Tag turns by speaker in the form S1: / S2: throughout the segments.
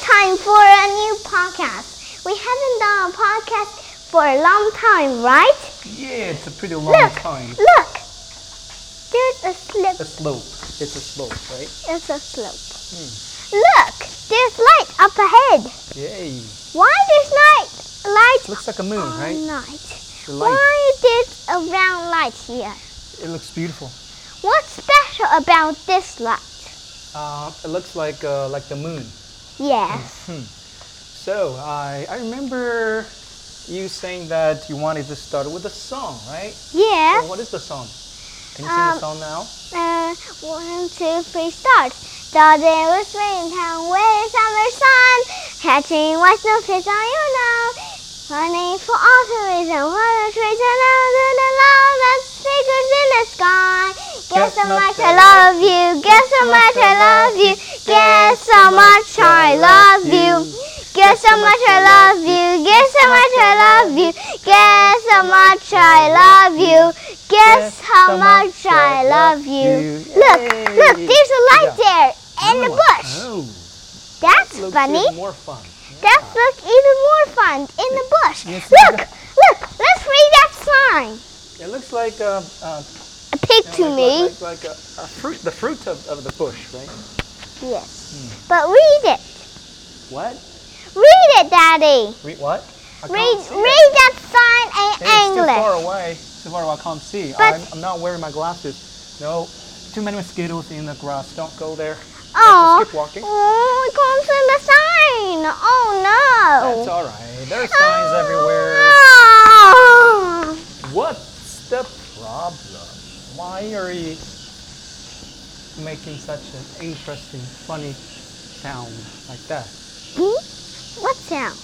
S1: time for Uh, a new podcast. We haven't done a podcast for a long time, right?
S2: Yeah, it's a pretty long
S1: Look.
S2: time.
S1: Look, there's a slip.
S2: A slope. It's a slope, right?
S1: It's a slope.
S2: Hmm.
S1: Look, there's light up ahead.
S2: Yay.
S1: Why there's night light
S2: Looks like a moon,
S1: on
S2: right?
S1: night?
S2: The light.
S1: Why there's a round light here?
S2: It looks beautiful.
S1: What's special about this light?
S2: Uh, it looks like uh, like the moon. Hmm.
S1: Yes.
S2: So I I remember you saying that you wanted to start with a song, right?
S1: Yes.
S2: So what is the song? Can you
S1: Um,
S2: sing the song now?
S1: Uh, one, two, three, start. Thought it was springtime with summer sun, catching white snowflakes on your now. Running for autumn is a water trees and out of the love that's figures in the sky. Guess how much I love you, guess how much I love you, guess how much I love you. Guess how much I love you, guess how much I love you, guess how much I love you, guess how much I love you. Look, look, there's a light there and a
S2: Oh,
S1: bush.
S2: Oh,
S1: That's
S2: looks
S1: funny.
S2: even more fun.
S1: That's look even more fun in the bush.
S2: Yes,
S1: Look, look, let's read that sign.
S2: It looks like uh, uh,
S1: A pig to
S2: like,
S1: me.
S2: like, like a, a fruit, the fruit of, of the bush, right? Hmm.
S1: Yes. But read it.
S2: What?
S1: Read it, Daddy.
S2: Read what? I can't
S1: Read
S2: see it.
S1: read that sign in
S2: Hey, it's too far
S1: English.
S2: away. It's Too far away. I can't see.
S1: But-
S2: I'm, I'm not wearing my glasses. No, too many mosquitoes in the grass. Don't go there.
S1: Oh,
S2: Keep walking.
S1: oh, it comes in the sign. Oh no.
S2: That's all right. There are signs everywhere.
S1: Oh.
S2: What's the problem? Why are you making such an interesting, funny sound like that?
S1: Hmm? What sound?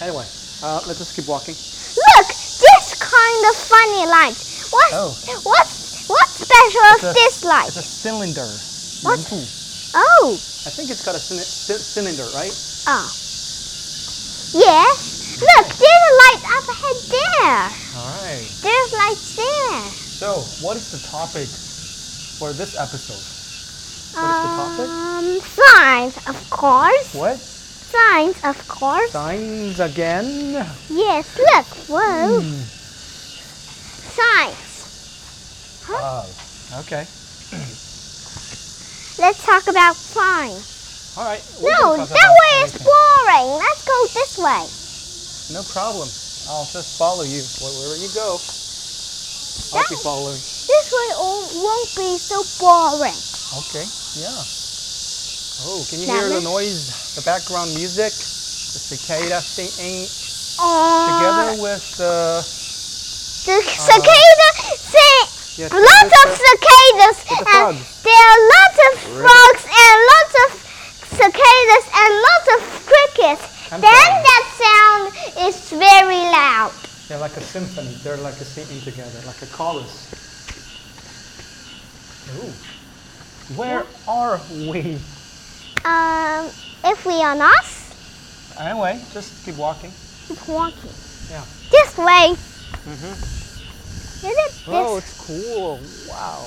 S2: Anyway, uh, let's just keep walking.
S1: Look, this kind of funny light. What?
S2: Oh.
S1: What's what's special of
S2: It's a-
S1: this light?
S2: It's a cylinder.
S1: What?
S2: Mhm.
S1: Oh,
S2: I think it's got a cyni- cy- cylinder, right?
S1: oh. Yes. Look, there's a light up ahead there.
S2: All right.
S1: There's light there.
S2: So, what is the topic for this episode? What is the topic?
S1: Um, signs, of course.
S2: What?
S1: Signs, of course.
S2: Signs again?
S1: Yes. Look. Whoa.
S2: Hmm.
S1: Signs. Huh?
S2: Oh, okay.
S1: Let's talk about signs.
S2: All right. we can
S1: No,
S2: talk
S1: that
S2: about
S1: way is
S2: anything.
S1: boring. Let's go this way.
S2: No problem. I'll just follow you wherever you go. I'll be
S1: That-
S2: following.
S1: This way all won't be so boring.
S2: Okay. Yeah. Oh, can you
S1: Now
S2: hear the
S1: let's-
S2: noise? The background music, the cicada singing
S1: Uh,
S2: together with the
S1: The cicada sing.
S2: yeah,
S1: Lots of
S2: with the-
S1: cicadas
S2: with the
S1: and
S2: frogs.
S1: there are lots of
S2: Really?
S1: frogs and lots of cicadas and lots of crickets.
S2: I'm
S1: then
S2: sorry.
S1: that sound is very loud.
S2: They're like a symphony. They're like a singing together, like a chorus. Ooh. Where are we?
S1: Um, if we are not
S2: Anyway, just keep walking.
S1: keep walking.
S2: Yeah.
S1: This way.
S2: Mm-hmm.
S1: Is it this?
S2: Oh, it's cool. Wow.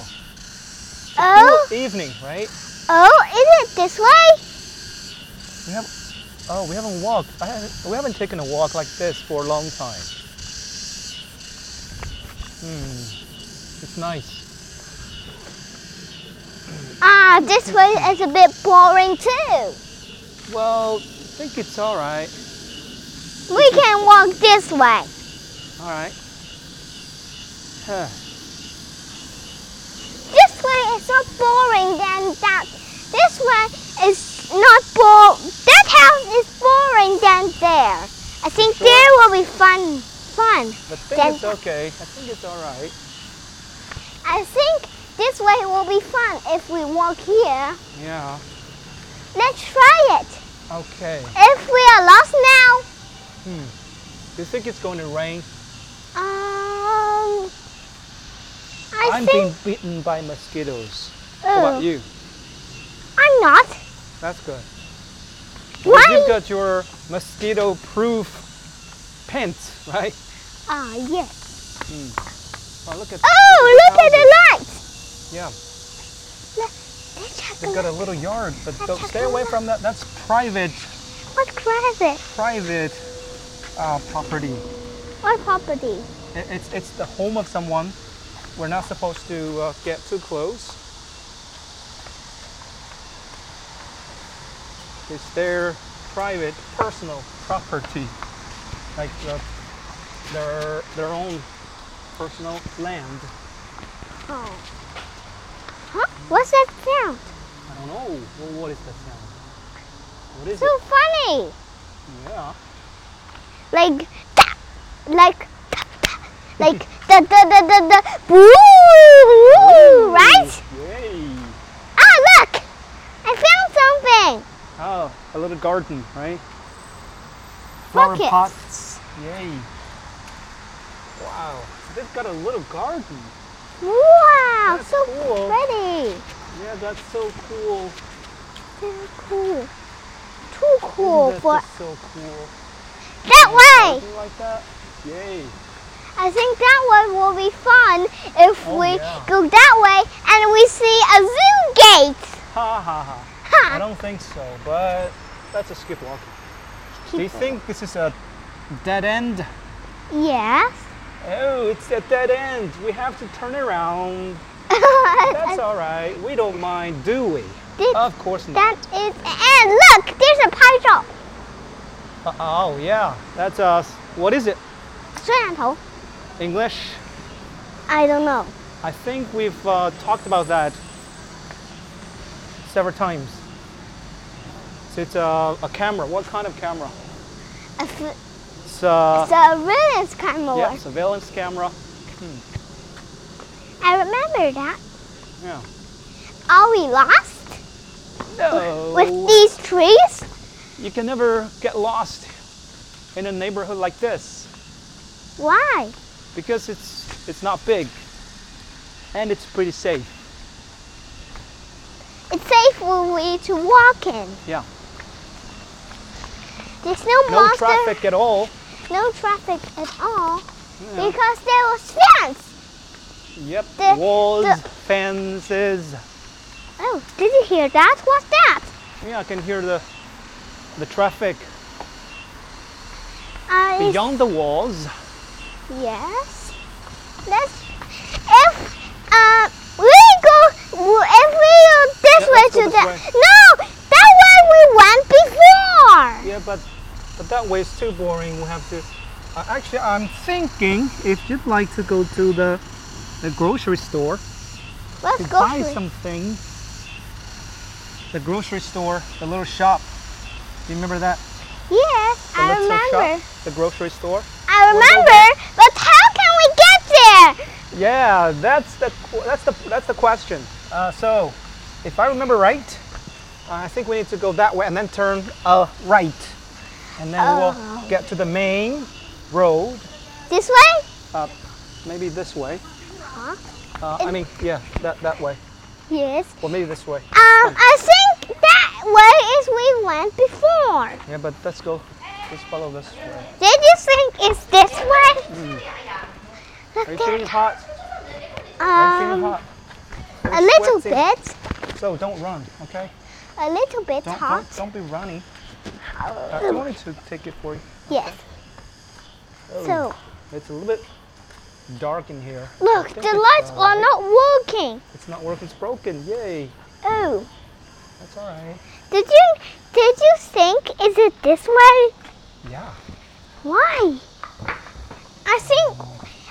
S1: oh,
S2: Cool evening, right?
S1: oh, is it this way?
S2: We have. Oh, we haven't walked. I haven't, we haven't taken a walk like this for a long time. Hmm. It's nice.
S1: Ah, this way is a bit boring too.
S2: Well, I think it's all right.
S1: We can walk this way.
S2: All right. Huh.
S1: This way is not boring than that. This way is not bor. That house is boring than there. I think there will be fun. Fun.
S2: I think
S1: Then-
S2: it's okay. I think it's all right.
S1: I think this way will be fun if we walk here.
S2: Yeah.
S1: Let's try it.
S2: Okay.
S1: If we are lost now,
S2: Do you think it's going to rain?
S1: um, I
S2: am
S1: think.
S2: being bitten by mosquitoes. How
S1: Oh,
S2: about you?
S1: I'm not.
S2: That's good. Well,
S1: Why?
S2: You've got your mosquito-proof pants, right?
S1: Ah, yes.
S2: Oh, look at
S1: Oh, look at the light.
S2: Yeah.
S1: That's
S2: They've
S1: chocolate.
S2: got a little yard, but
S1: That's
S2: don't stay away
S1: chocolate.
S2: from that. That's private,
S1: What closet?
S2: private uh, property.
S1: What property?
S2: I- It's it's the home of someone. We're not supposed to uh, get too close. It's their private, personal property, like the, their their own personal land.
S1: Oh. Huh? What's that sound?
S2: I don't know. Well, what is that sound? What is
S1: So
S2: it?
S1: funny.
S2: Yeah.
S1: Like tap, like tap, tap, like da da da da da. Woo, woo, right?
S2: Yay.
S1: Ah, look! I found something.
S2: Oh, a little garden, right? Flower
S1: Buckets.
S2: pots. Yay. Wow. They've got a little garden.
S1: Wow,
S2: That's
S1: so
S2: cool.
S1: pretty.
S2: Yeah, that's so cool.
S1: This is cool. Too cool
S2: Isn't
S1: for
S2: that just so cool.
S1: that way.
S2: Something like that. Yay.
S1: I think that one will be fun if
S2: Oh,
S1: we
S2: yeah.
S1: go that way and we see a zoo gate.
S2: Ha ha ha. I
S1: Ha!
S2: don't think so, but let's just skip walking. Do you
S1: Keep-
S2: think this is a dead end?
S1: Yes.
S2: Oh, it's a dead end. We have to turn around. That's all right. We don't mind, do we?
S1: Did-
S2: Of course not.
S1: that is and look, there's a pie shop.
S2: Uh, oh, yeah. That's us. What is it?
S1: 虽然头,
S2: English?
S1: I don't know.
S2: I think we've uh, talked about that several times. So it's a, a camera. What kind of camera?
S1: It's,
S2: It's a
S1: it's a ruins kind of
S2: Uh. yeah,
S1: one.
S2: surveillance camera.
S1: I remember that.
S2: Yeah.
S1: Are we lost with
S2: No.
S1: these trees?
S2: You can never get lost in a neighborhood like this
S1: Why?
S2: because it's it's not big and it's pretty safe.
S1: It's safe for we to walk in.
S2: Yeah.
S1: There's no,
S2: No
S1: monster,
S2: traffic at all.
S1: no traffic at all
S2: Yeah.
S1: because there was fence.
S2: Yep.
S1: the-
S2: Walls,
S1: the-
S2: fences.
S1: Oh, did you hear that? What's that?
S2: Yeah, I can hear the the traffic
S1: I
S2: beyond the walls.
S1: Yes. Let's. If uh, we go, if we go this
S2: Yeah,
S1: way
S2: let's go
S1: to
S2: this
S1: the
S2: way.
S1: no, that way we went before.
S2: Yeah, but but that way is too boring. We have to. Uh, actually, I'm thinking if you'd like to go to the the grocery store
S1: Let's
S2: to
S1: go
S2: buy
S1: through.
S2: something. The grocery store, the little shop. You remember that?
S1: Yes,
S2: The
S1: I
S2: little
S1: remember.
S2: Shop, the grocery store.
S1: I
S2: We'll go
S1: remember. But how can we get there?
S2: Yeah, that's the qu- that's the that's the question. Uh, so, if I remember right, uh, I think we need to go that way and then turn uh, right, and then
S1: Oh.
S2: we'll get to the main road.
S1: This way?
S2: Uh, maybe this way.
S1: Huh?
S2: Uh, I mean, yeah, that that way,
S1: Yes.
S2: or maybe this way.
S1: Um, I think that way is we went before.
S2: Yeah, but let's go. Let's follow this way.
S1: Did you think it's this way? Look
S2: Hmm. Are
S1: there.
S2: you feeling hot? Are you feeling
S1: Um,
S2: hot?
S1: a little
S2: sweaty?
S1: bit.
S2: So don't run, okay?
S1: A little bit
S2: Don't
S1: hot.
S2: don't, don't be running. Uh, I wanted to take it for you.
S1: Yes.
S2: Oh,
S1: So
S2: it's a little bit dark in here. I
S1: look,
S2: think
S1: the
S2: it's,
S1: lights
S2: uh,
S1: are not working.
S2: It's not working. It's broken. Yay.
S1: Oh,
S2: That's all right.
S1: did you did you think is it this way?
S2: Yeah.
S1: Why? I think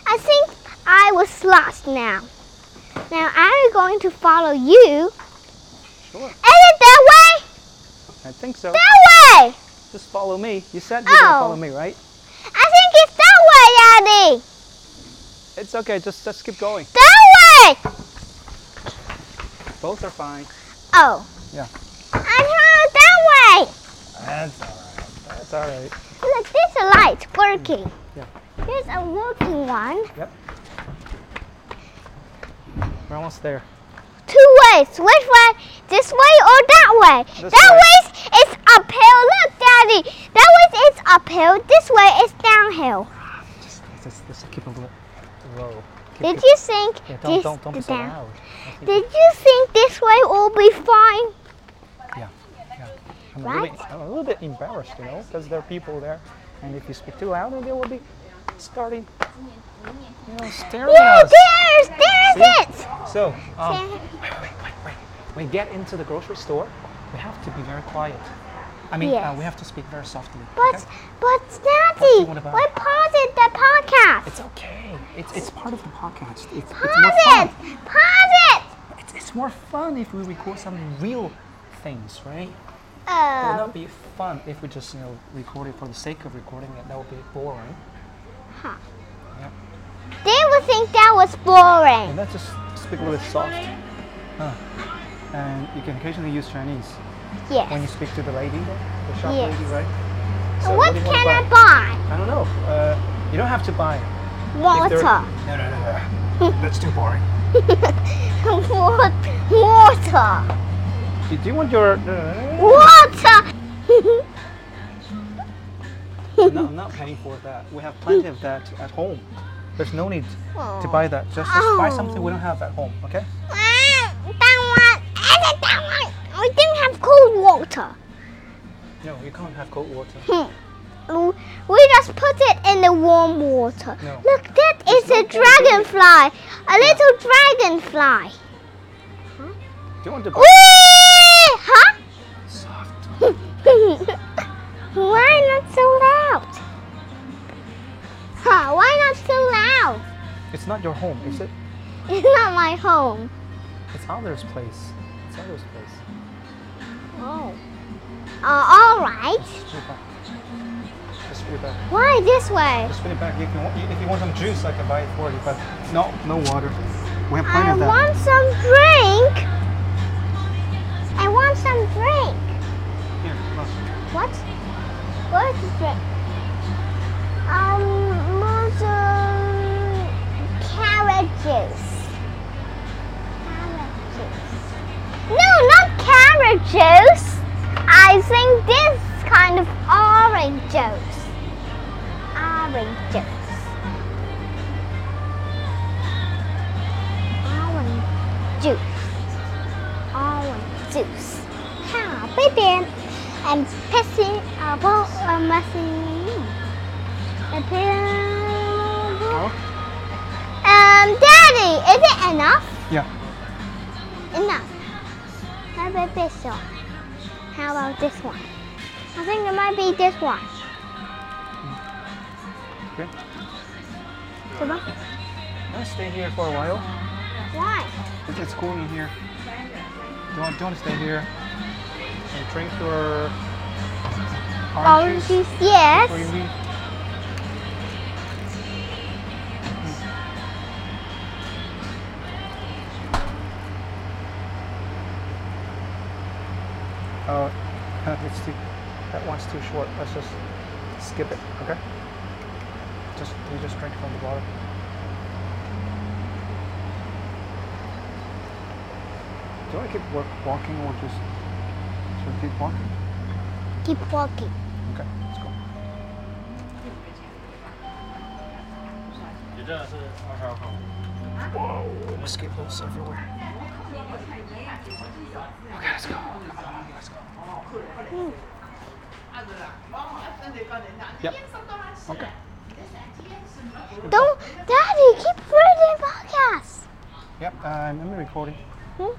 S1: I think I was lost now. Now I'm going to follow you.
S2: Sure.
S1: Is it that way?
S2: I think so.
S1: That way!
S2: Just follow me. You said you were gonna
S1: Oh.
S2: follow me, right?
S1: I think it's that way, Daddy.
S2: It's okay. Just just keep going.
S1: That way.
S2: Both are fine.
S1: Oh.
S2: Yeah.
S1: I heard that way.
S2: That's all right. That's all right.
S1: Look, there's a light working.
S2: Mm, Yeah.
S1: There's a working one.
S2: We're almost there.
S1: two ways. Which way? This way or that way?
S2: This
S1: that way
S2: way.
S1: is uphill. Look, Daddy. That way is uphill. This way is downhill.
S2: Just just, just keep a little low.
S1: Did you think
S2: Yeah,
S1: this
S2: don't, don't, don't be so
S1: down-
S2: loud. I think-
S1: Did you think this way will be fine?
S2: I'm, really,
S1: Right?
S2: I'm a little bit embarrassed, you know, because there are people there, and if you speak too loud, they will be starting, you know, staring
S1: Yeah,
S2: at us.
S1: there's there's it.
S2: So, um,
S1: There-
S2: we get into the grocery store. We have to be very quiet. I mean, uh,
S1: Yes.
S2: we have to speak very softly.
S1: But
S2: okay?
S1: but Daddy,
S2: what about-
S1: we paused the podcast.
S2: it's okay. It's it's part of the podcast. It's, it's more
S1: Pause
S2: fun.
S1: it. Pause it.
S2: It's, it's more fun if we record some real things, right? It
S1: Oh,
S2: would not be fun if we just you know record it for the sake of recording it. That would be boring.
S1: they would think that was boring.
S2: And let's just speak a little soft. Huh. And you can occasionally use Chinese when you
S1: Yes.
S2: speak to the lady, the shop
S1: Yes.
S2: lady, right? So
S1: What
S2: do you
S1: can I
S2: want to
S1: buy?
S2: buy? I don't know. Uh, you don't have to buy. If there-
S1: Water.
S2: No, no, no, no. That's too boring.
S1: Wa- Water.
S2: Do do you want your? No, no, no, no,
S1: Water.
S2: no. No, I'm not paying for that. We have plenty of that at home. There's no need to buy that. Just, just buy something
S1: Oh.
S2: we don't have at home. Okay?
S1: Ah, that one. And then that one. We didn't have cold water.
S2: No, you can't have cold water.
S1: W- We just put it in the warm water.
S2: No.
S1: Look, that is
S2: no
S1: a
S2: cold
S1: dragonfly. A little dragonfly.
S2: Do you want
S1: Oh.
S2: to buy?
S1: Whee! Huh?
S2: Soft.
S1: why not so loud? Huh, why not so loud?
S2: It's not your home, is it?
S1: It's not my home.
S2: It's others' place. It's others' place.
S1: Oh. Uh, all right.
S2: Just put it back. Just put it back.
S1: Why this way?
S2: Just put it back. If you want, if you want some juice, I can buy it for you. But no, no water. We have plenty
S1: I
S2: of that.
S1: want some drink. I want some drink.
S2: Here, look.
S1: What? What is drink? Um, want some carrot juice. Carrot juice. No, not carrot juice. I think this kind of orange juice. Orange juice. Orange juice. Orange juice. How baby and pissing about a uh, messy.
S2: Oh,
S1: Um, Daddy, is it enough?
S2: Yeah.
S1: Enough. How about this one? How about this one? I think it might be this one.
S2: Okay.
S1: Come on.
S2: Let's stay here for a while.
S1: Why?
S2: It's, it's cool in here. Do you want, do you want to stay here and drink your orange
S1: Orange
S2: juice
S1: juice, Oh, yes.
S2: before you leave? Oh, it's too. That one's too short. Let's just skip it. Okay. Just you just drink from the bottle. Do I keep work, walking or just should I keep walking?
S1: Keep walking.
S2: Okay, let's go.
S3: 你这是二十二号。
S2: Whoa, escape holes everywhere. Okay, let's go. Come on, let's go. Yep. Okay.
S1: Don't, Daddy, keep reading podcasts.
S2: Yep, uh, I'm, I'm recording.
S1: Hmm?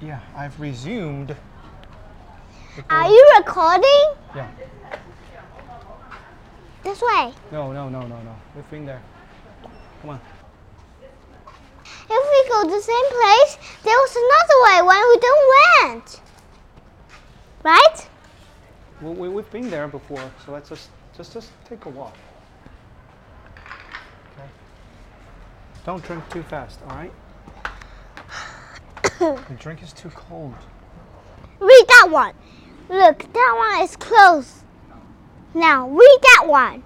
S2: Yeah, I've resumed.
S1: Are
S2: recording.
S1: you recording?
S2: Yeah.
S1: This way.
S2: No, no, no, no, no. We've been there. Come on.
S1: If we go the same place, there was another way when we don't went. Right?
S2: We, we, we've been there before, so let's just just just take a walk. Okay. Don't drink too fast, all right? the drink is too cold.
S1: Read that one. Look, that one is close. Now, read that one.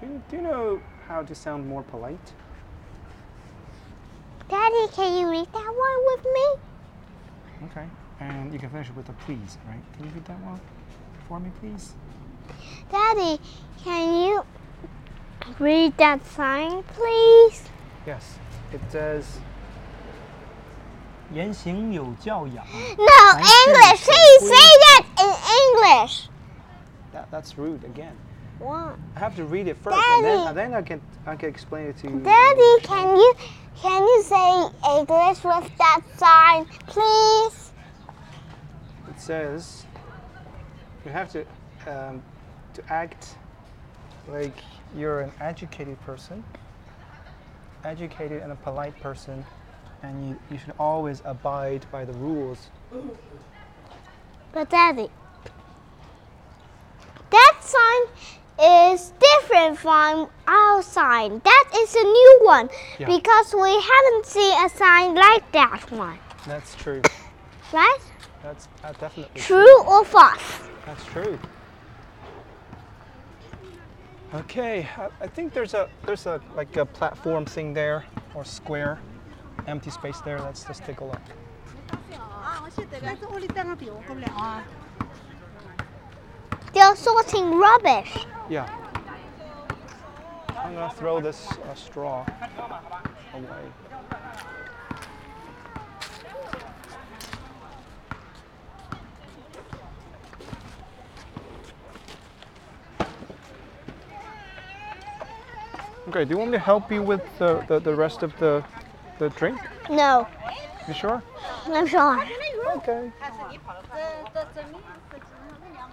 S2: Do you, do you know how to sound more polite?
S1: Daddy, can you read that one with me?
S2: Okay. And you can finish it with a please, right? Can you read that one for me, please?
S1: Daddy, can you Read that sign, please.
S2: Yes, it says 言行有教养.
S1: No,
S2: Sign
S1: English.
S2: says
S1: Please
S2: we-
S1: say that in English.
S2: That, that's rude again.
S1: What?
S2: I have to read it first, and then,
S1: Daddy.
S2: and then I can I can explain it to you.
S1: Daddy, can you can you say English with that sign, please?
S2: It says you have to um, to act like you're an educated person, educated and a polite person, and you, you should always abide by the rules.
S1: But Daddy, that sign is different from our sign. That is a new one
S2: Yeah.
S1: because we haven't seen a sign like that one,
S2: That's true.
S1: right?
S2: That's uh, definitely
S1: True or false?
S2: That's true. Okay, I, I think there's a there's a like a platform thing there or square, empty space there. Let's just take a look.
S4: 啊，我晓得个。但是屋里等我电话过不来啊。
S1: They're sorting rubbish.
S2: Yeah. I'm gonna throw this uh, straw away. Okay, do you want me to help you with the, the, the rest of the, the drink?
S1: No,
S2: You sure?
S1: I'm sure.
S2: Okay.
S4: 这这证明是几那两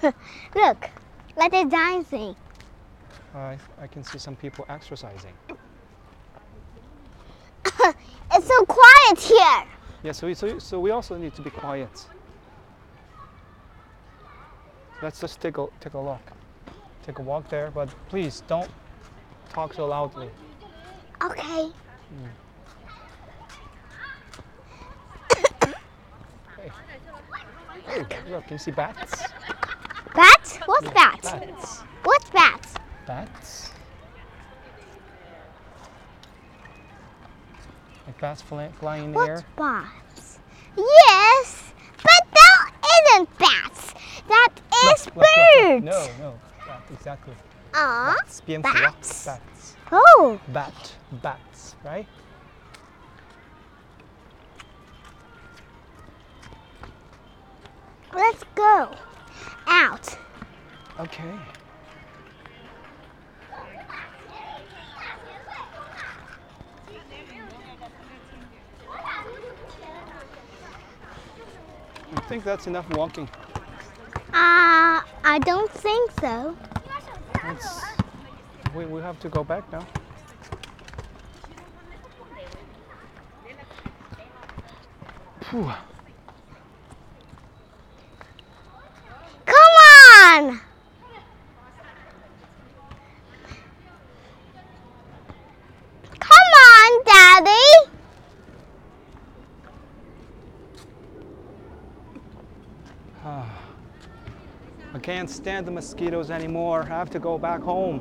S4: 个。
S1: Look, like they're dancing.
S2: Uh, I, I can see some people exercising.
S1: It's so quiet here.
S2: Yeah, so, we- so, we- so we also need to be quiet. Let's just take a, take a look. Take a walk there, but please don't talk so loudly.
S1: Okay.
S2: Look, look, can you see bats?
S1: Bats? What's that?
S2: Bats.
S1: What's that?
S2: Bats. Like bats fly, flying in the
S1: What's
S2: air.
S1: bats? Yes, but that isn't bats. That is
S2: Look, look, look,
S1: birds.
S2: No, no. Bat, exactly.
S1: Ah,
S2: Bats. 蝙蝠啊，
S1: bats.
S2: Bats.
S1: oh,
S2: Bat. Bats, right?
S1: let's go out.
S2: Okay. I think that's enough walking.
S1: Uh, I don't think so.
S2: Let's, we, we have to go back now. Phew.
S1: Come on. Come on, Daddy.
S2: Ah. I can't stand the mosquitoes anymore. I have to go back home.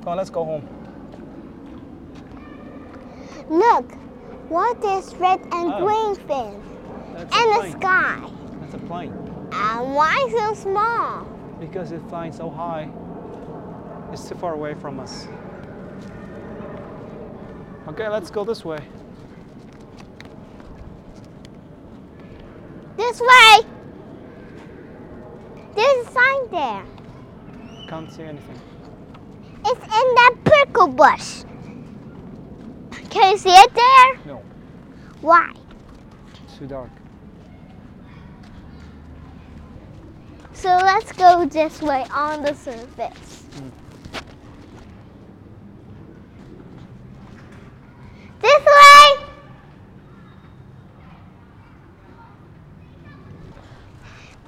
S2: Come on, let's go home.
S1: Look, what is red and
S2: Oh.
S1: green thing?
S2: That's
S1: And
S2: a
S1: the
S2: plane.
S1: sky.
S2: That's a plane.
S1: And why so small?
S2: Because it's flying so high, it's too far away from us. Okay, let's go this way.
S1: This way. There's a sign there.
S2: Can't see anything.
S1: It's in that prickle bush. Can you see it there?
S2: No,
S1: Why?
S2: it's too dark.
S1: So let's go this way on the surface.
S2: Mm.
S1: This way.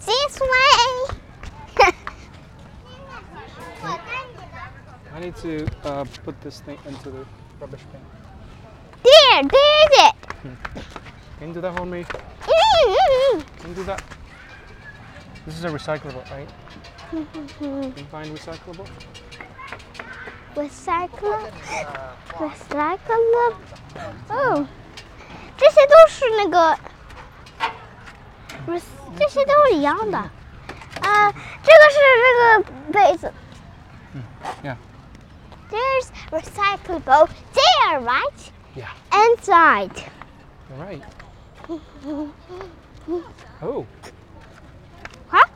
S1: This way.
S2: I need to uh, put this thing into the rubbish bin.
S1: there, there's it.
S2: Can you do that for me? Can you do that? This is a recyclable, right? Can you find recyclable?
S1: Recycle, recycle. 嗯，这些都是那个，rec- 这些都是一样的。呃，这个是这个杯子。
S2: yeah.
S1: There's recyclable there, right?
S2: Yeah.
S1: Inside.
S2: All right. Oh,
S1: What?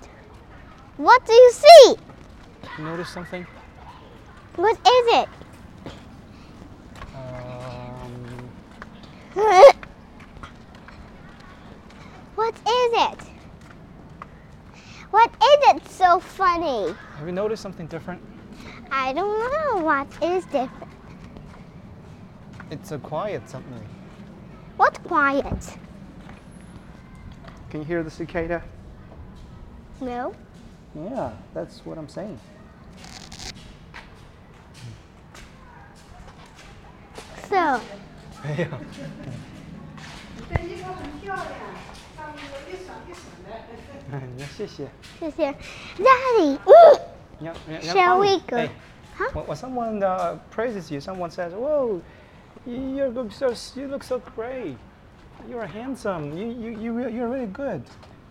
S1: What do you see?
S2: you noticed something?
S1: What is it?
S2: Um,
S1: what is it? What is it so funny?
S2: have you noticed something different?
S1: I don't know what is different.
S2: It's a quiet something.
S1: What quiet?
S2: Can you hear the cicada?
S1: No.
S2: Yeah, that's what I'm saying.
S1: So,
S2: yeah.
S4: 但你看很漂亮，上面有一闪一闪的。
S2: 谢谢。
S1: this here. Daddy, mm,
S2: Yeah, yeah, yeah,
S1: Shall
S2: fine.
S1: we go?
S2: Hey,
S1: Huh?
S2: when, when someone uh, praises you, someone says, "Whoa, you you look so you look so great. You are handsome. You you you re- you're really good."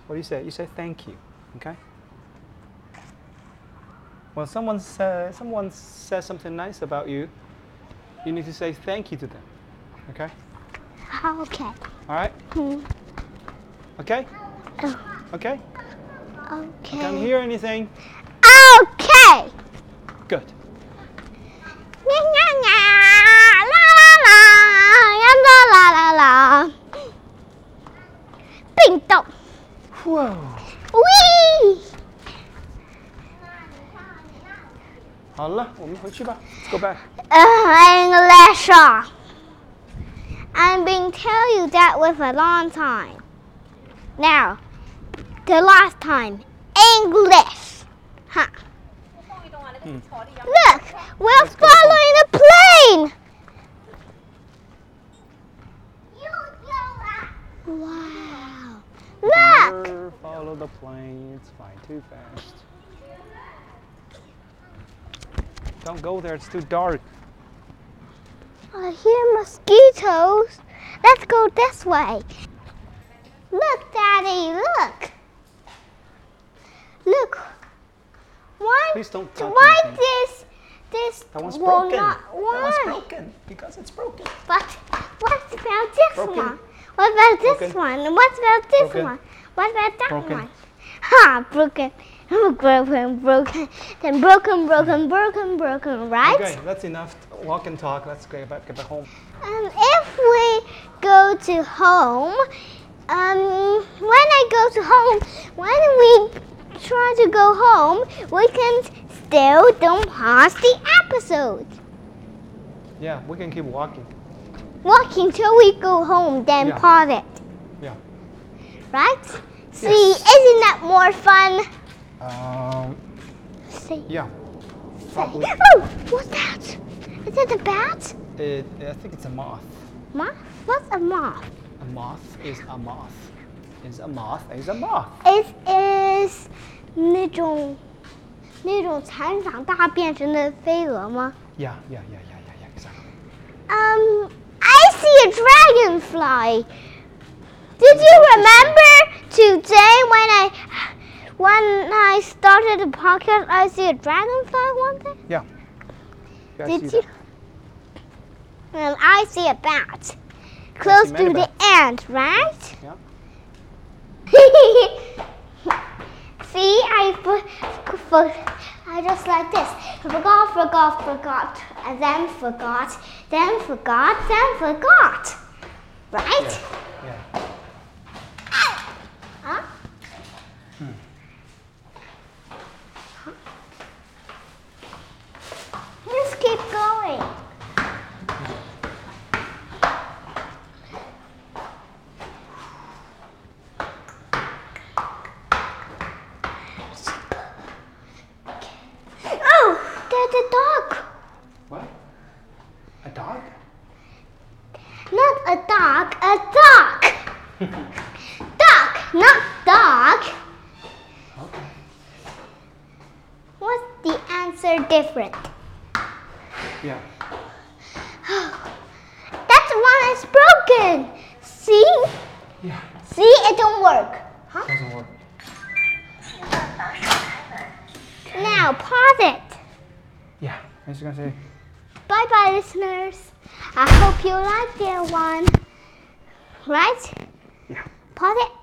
S2: What do you say? You say thank you. Okay. When someone says someone says something nice about you, you need to say thank you to them. Okay.
S1: okay.
S2: All right.
S1: Hmm.
S2: Okay.
S1: Oh,
S2: Okay.
S1: okay.
S2: Can you hear anything?
S1: Okay.
S2: Good.
S1: Nya, nya, nya, la, la, la, ya, la, la, la, la. 冰冻
S2: Whoa.
S1: ，wee。
S2: 好了，我们回去吧。Let's go back.
S1: Uh, English. I've been telling you that with a long time. Now, the last time, English. Huh.
S4: 后面的话，那个草的
S1: Look, we're
S2: Let's go home.
S1: following the plane. Wow. Look,
S2: Never follow the plane. It's flying too fast. Don't go there. It's too dark.
S1: I hear mosquitoes. Let's go this way. Look, Daddy, look. Look. Why?
S2: Please don't touch
S1: Why
S2: anything.
S1: this? This
S2: That one's
S1: will
S2: broken.
S1: not.
S2: That one's
S1: Why?
S2: broken because it's broken.
S1: But what about this
S2: Broken.
S1: one? What about this
S2: Broken.
S1: one? What about this
S2: Broken.
S1: one? What about that
S2: Broken.
S1: one? Ha! Broken. Broken, broken, then broken, broken, broken, broken, right?
S2: Okay, that's enough. Walk and talk. Let's go back, get back home.
S1: Um, if we go to home, um, when I go to home, when we try to go home, we can still don't pause the episode.
S2: Yeah, we can keep walking.
S1: Walking till we go home, then
S2: Yeah.
S1: pause it.
S2: Yeah.
S1: Right? See, isn't that more fun?
S2: Um.
S1: See,
S2: Yeah.
S1: say.
S2: Probably.
S1: Oh, what's that? Is it a bat?
S2: It, I think it's a moth.
S1: Moth? What's a moth?
S2: A moth is a moth. Is a moth is a moth.
S1: It is 那种那种蚕长大变成的飞蛾吗
S2: Yeah, yeah, yeah, yeah, yeah, yeah. Exactly.
S1: Um, I see a dragonfly. Did you remember today when I when I started the podcast? I see a dragonfly one day.
S2: Yeah. yeah I
S1: Did
S2: see
S1: you?
S2: that.
S1: And I see a bat. Close
S2: many
S1: to the end, right?
S2: Yeah.
S1: See, I for, for, I just like this. Forgot, forgot, forgot, and then forgot, then forgot, then forgot. Right?
S2: Yeah.
S1: Huh? Just keep going. Oh, there's a dog.
S2: What? A dog?
S1: Not a dog, a dog. dog, not dog.
S2: Okay.
S1: What's the answer different?
S2: Yeah.
S1: That's one is broken. See?
S2: Yeah.
S1: See, it don't work.
S2: Doesn't work.
S1: Now, pause it.
S2: Yeah, I was gonna say.
S1: Bye bye, listeners. I hope you liked their one. Right?
S2: Yeah.
S1: Pause it.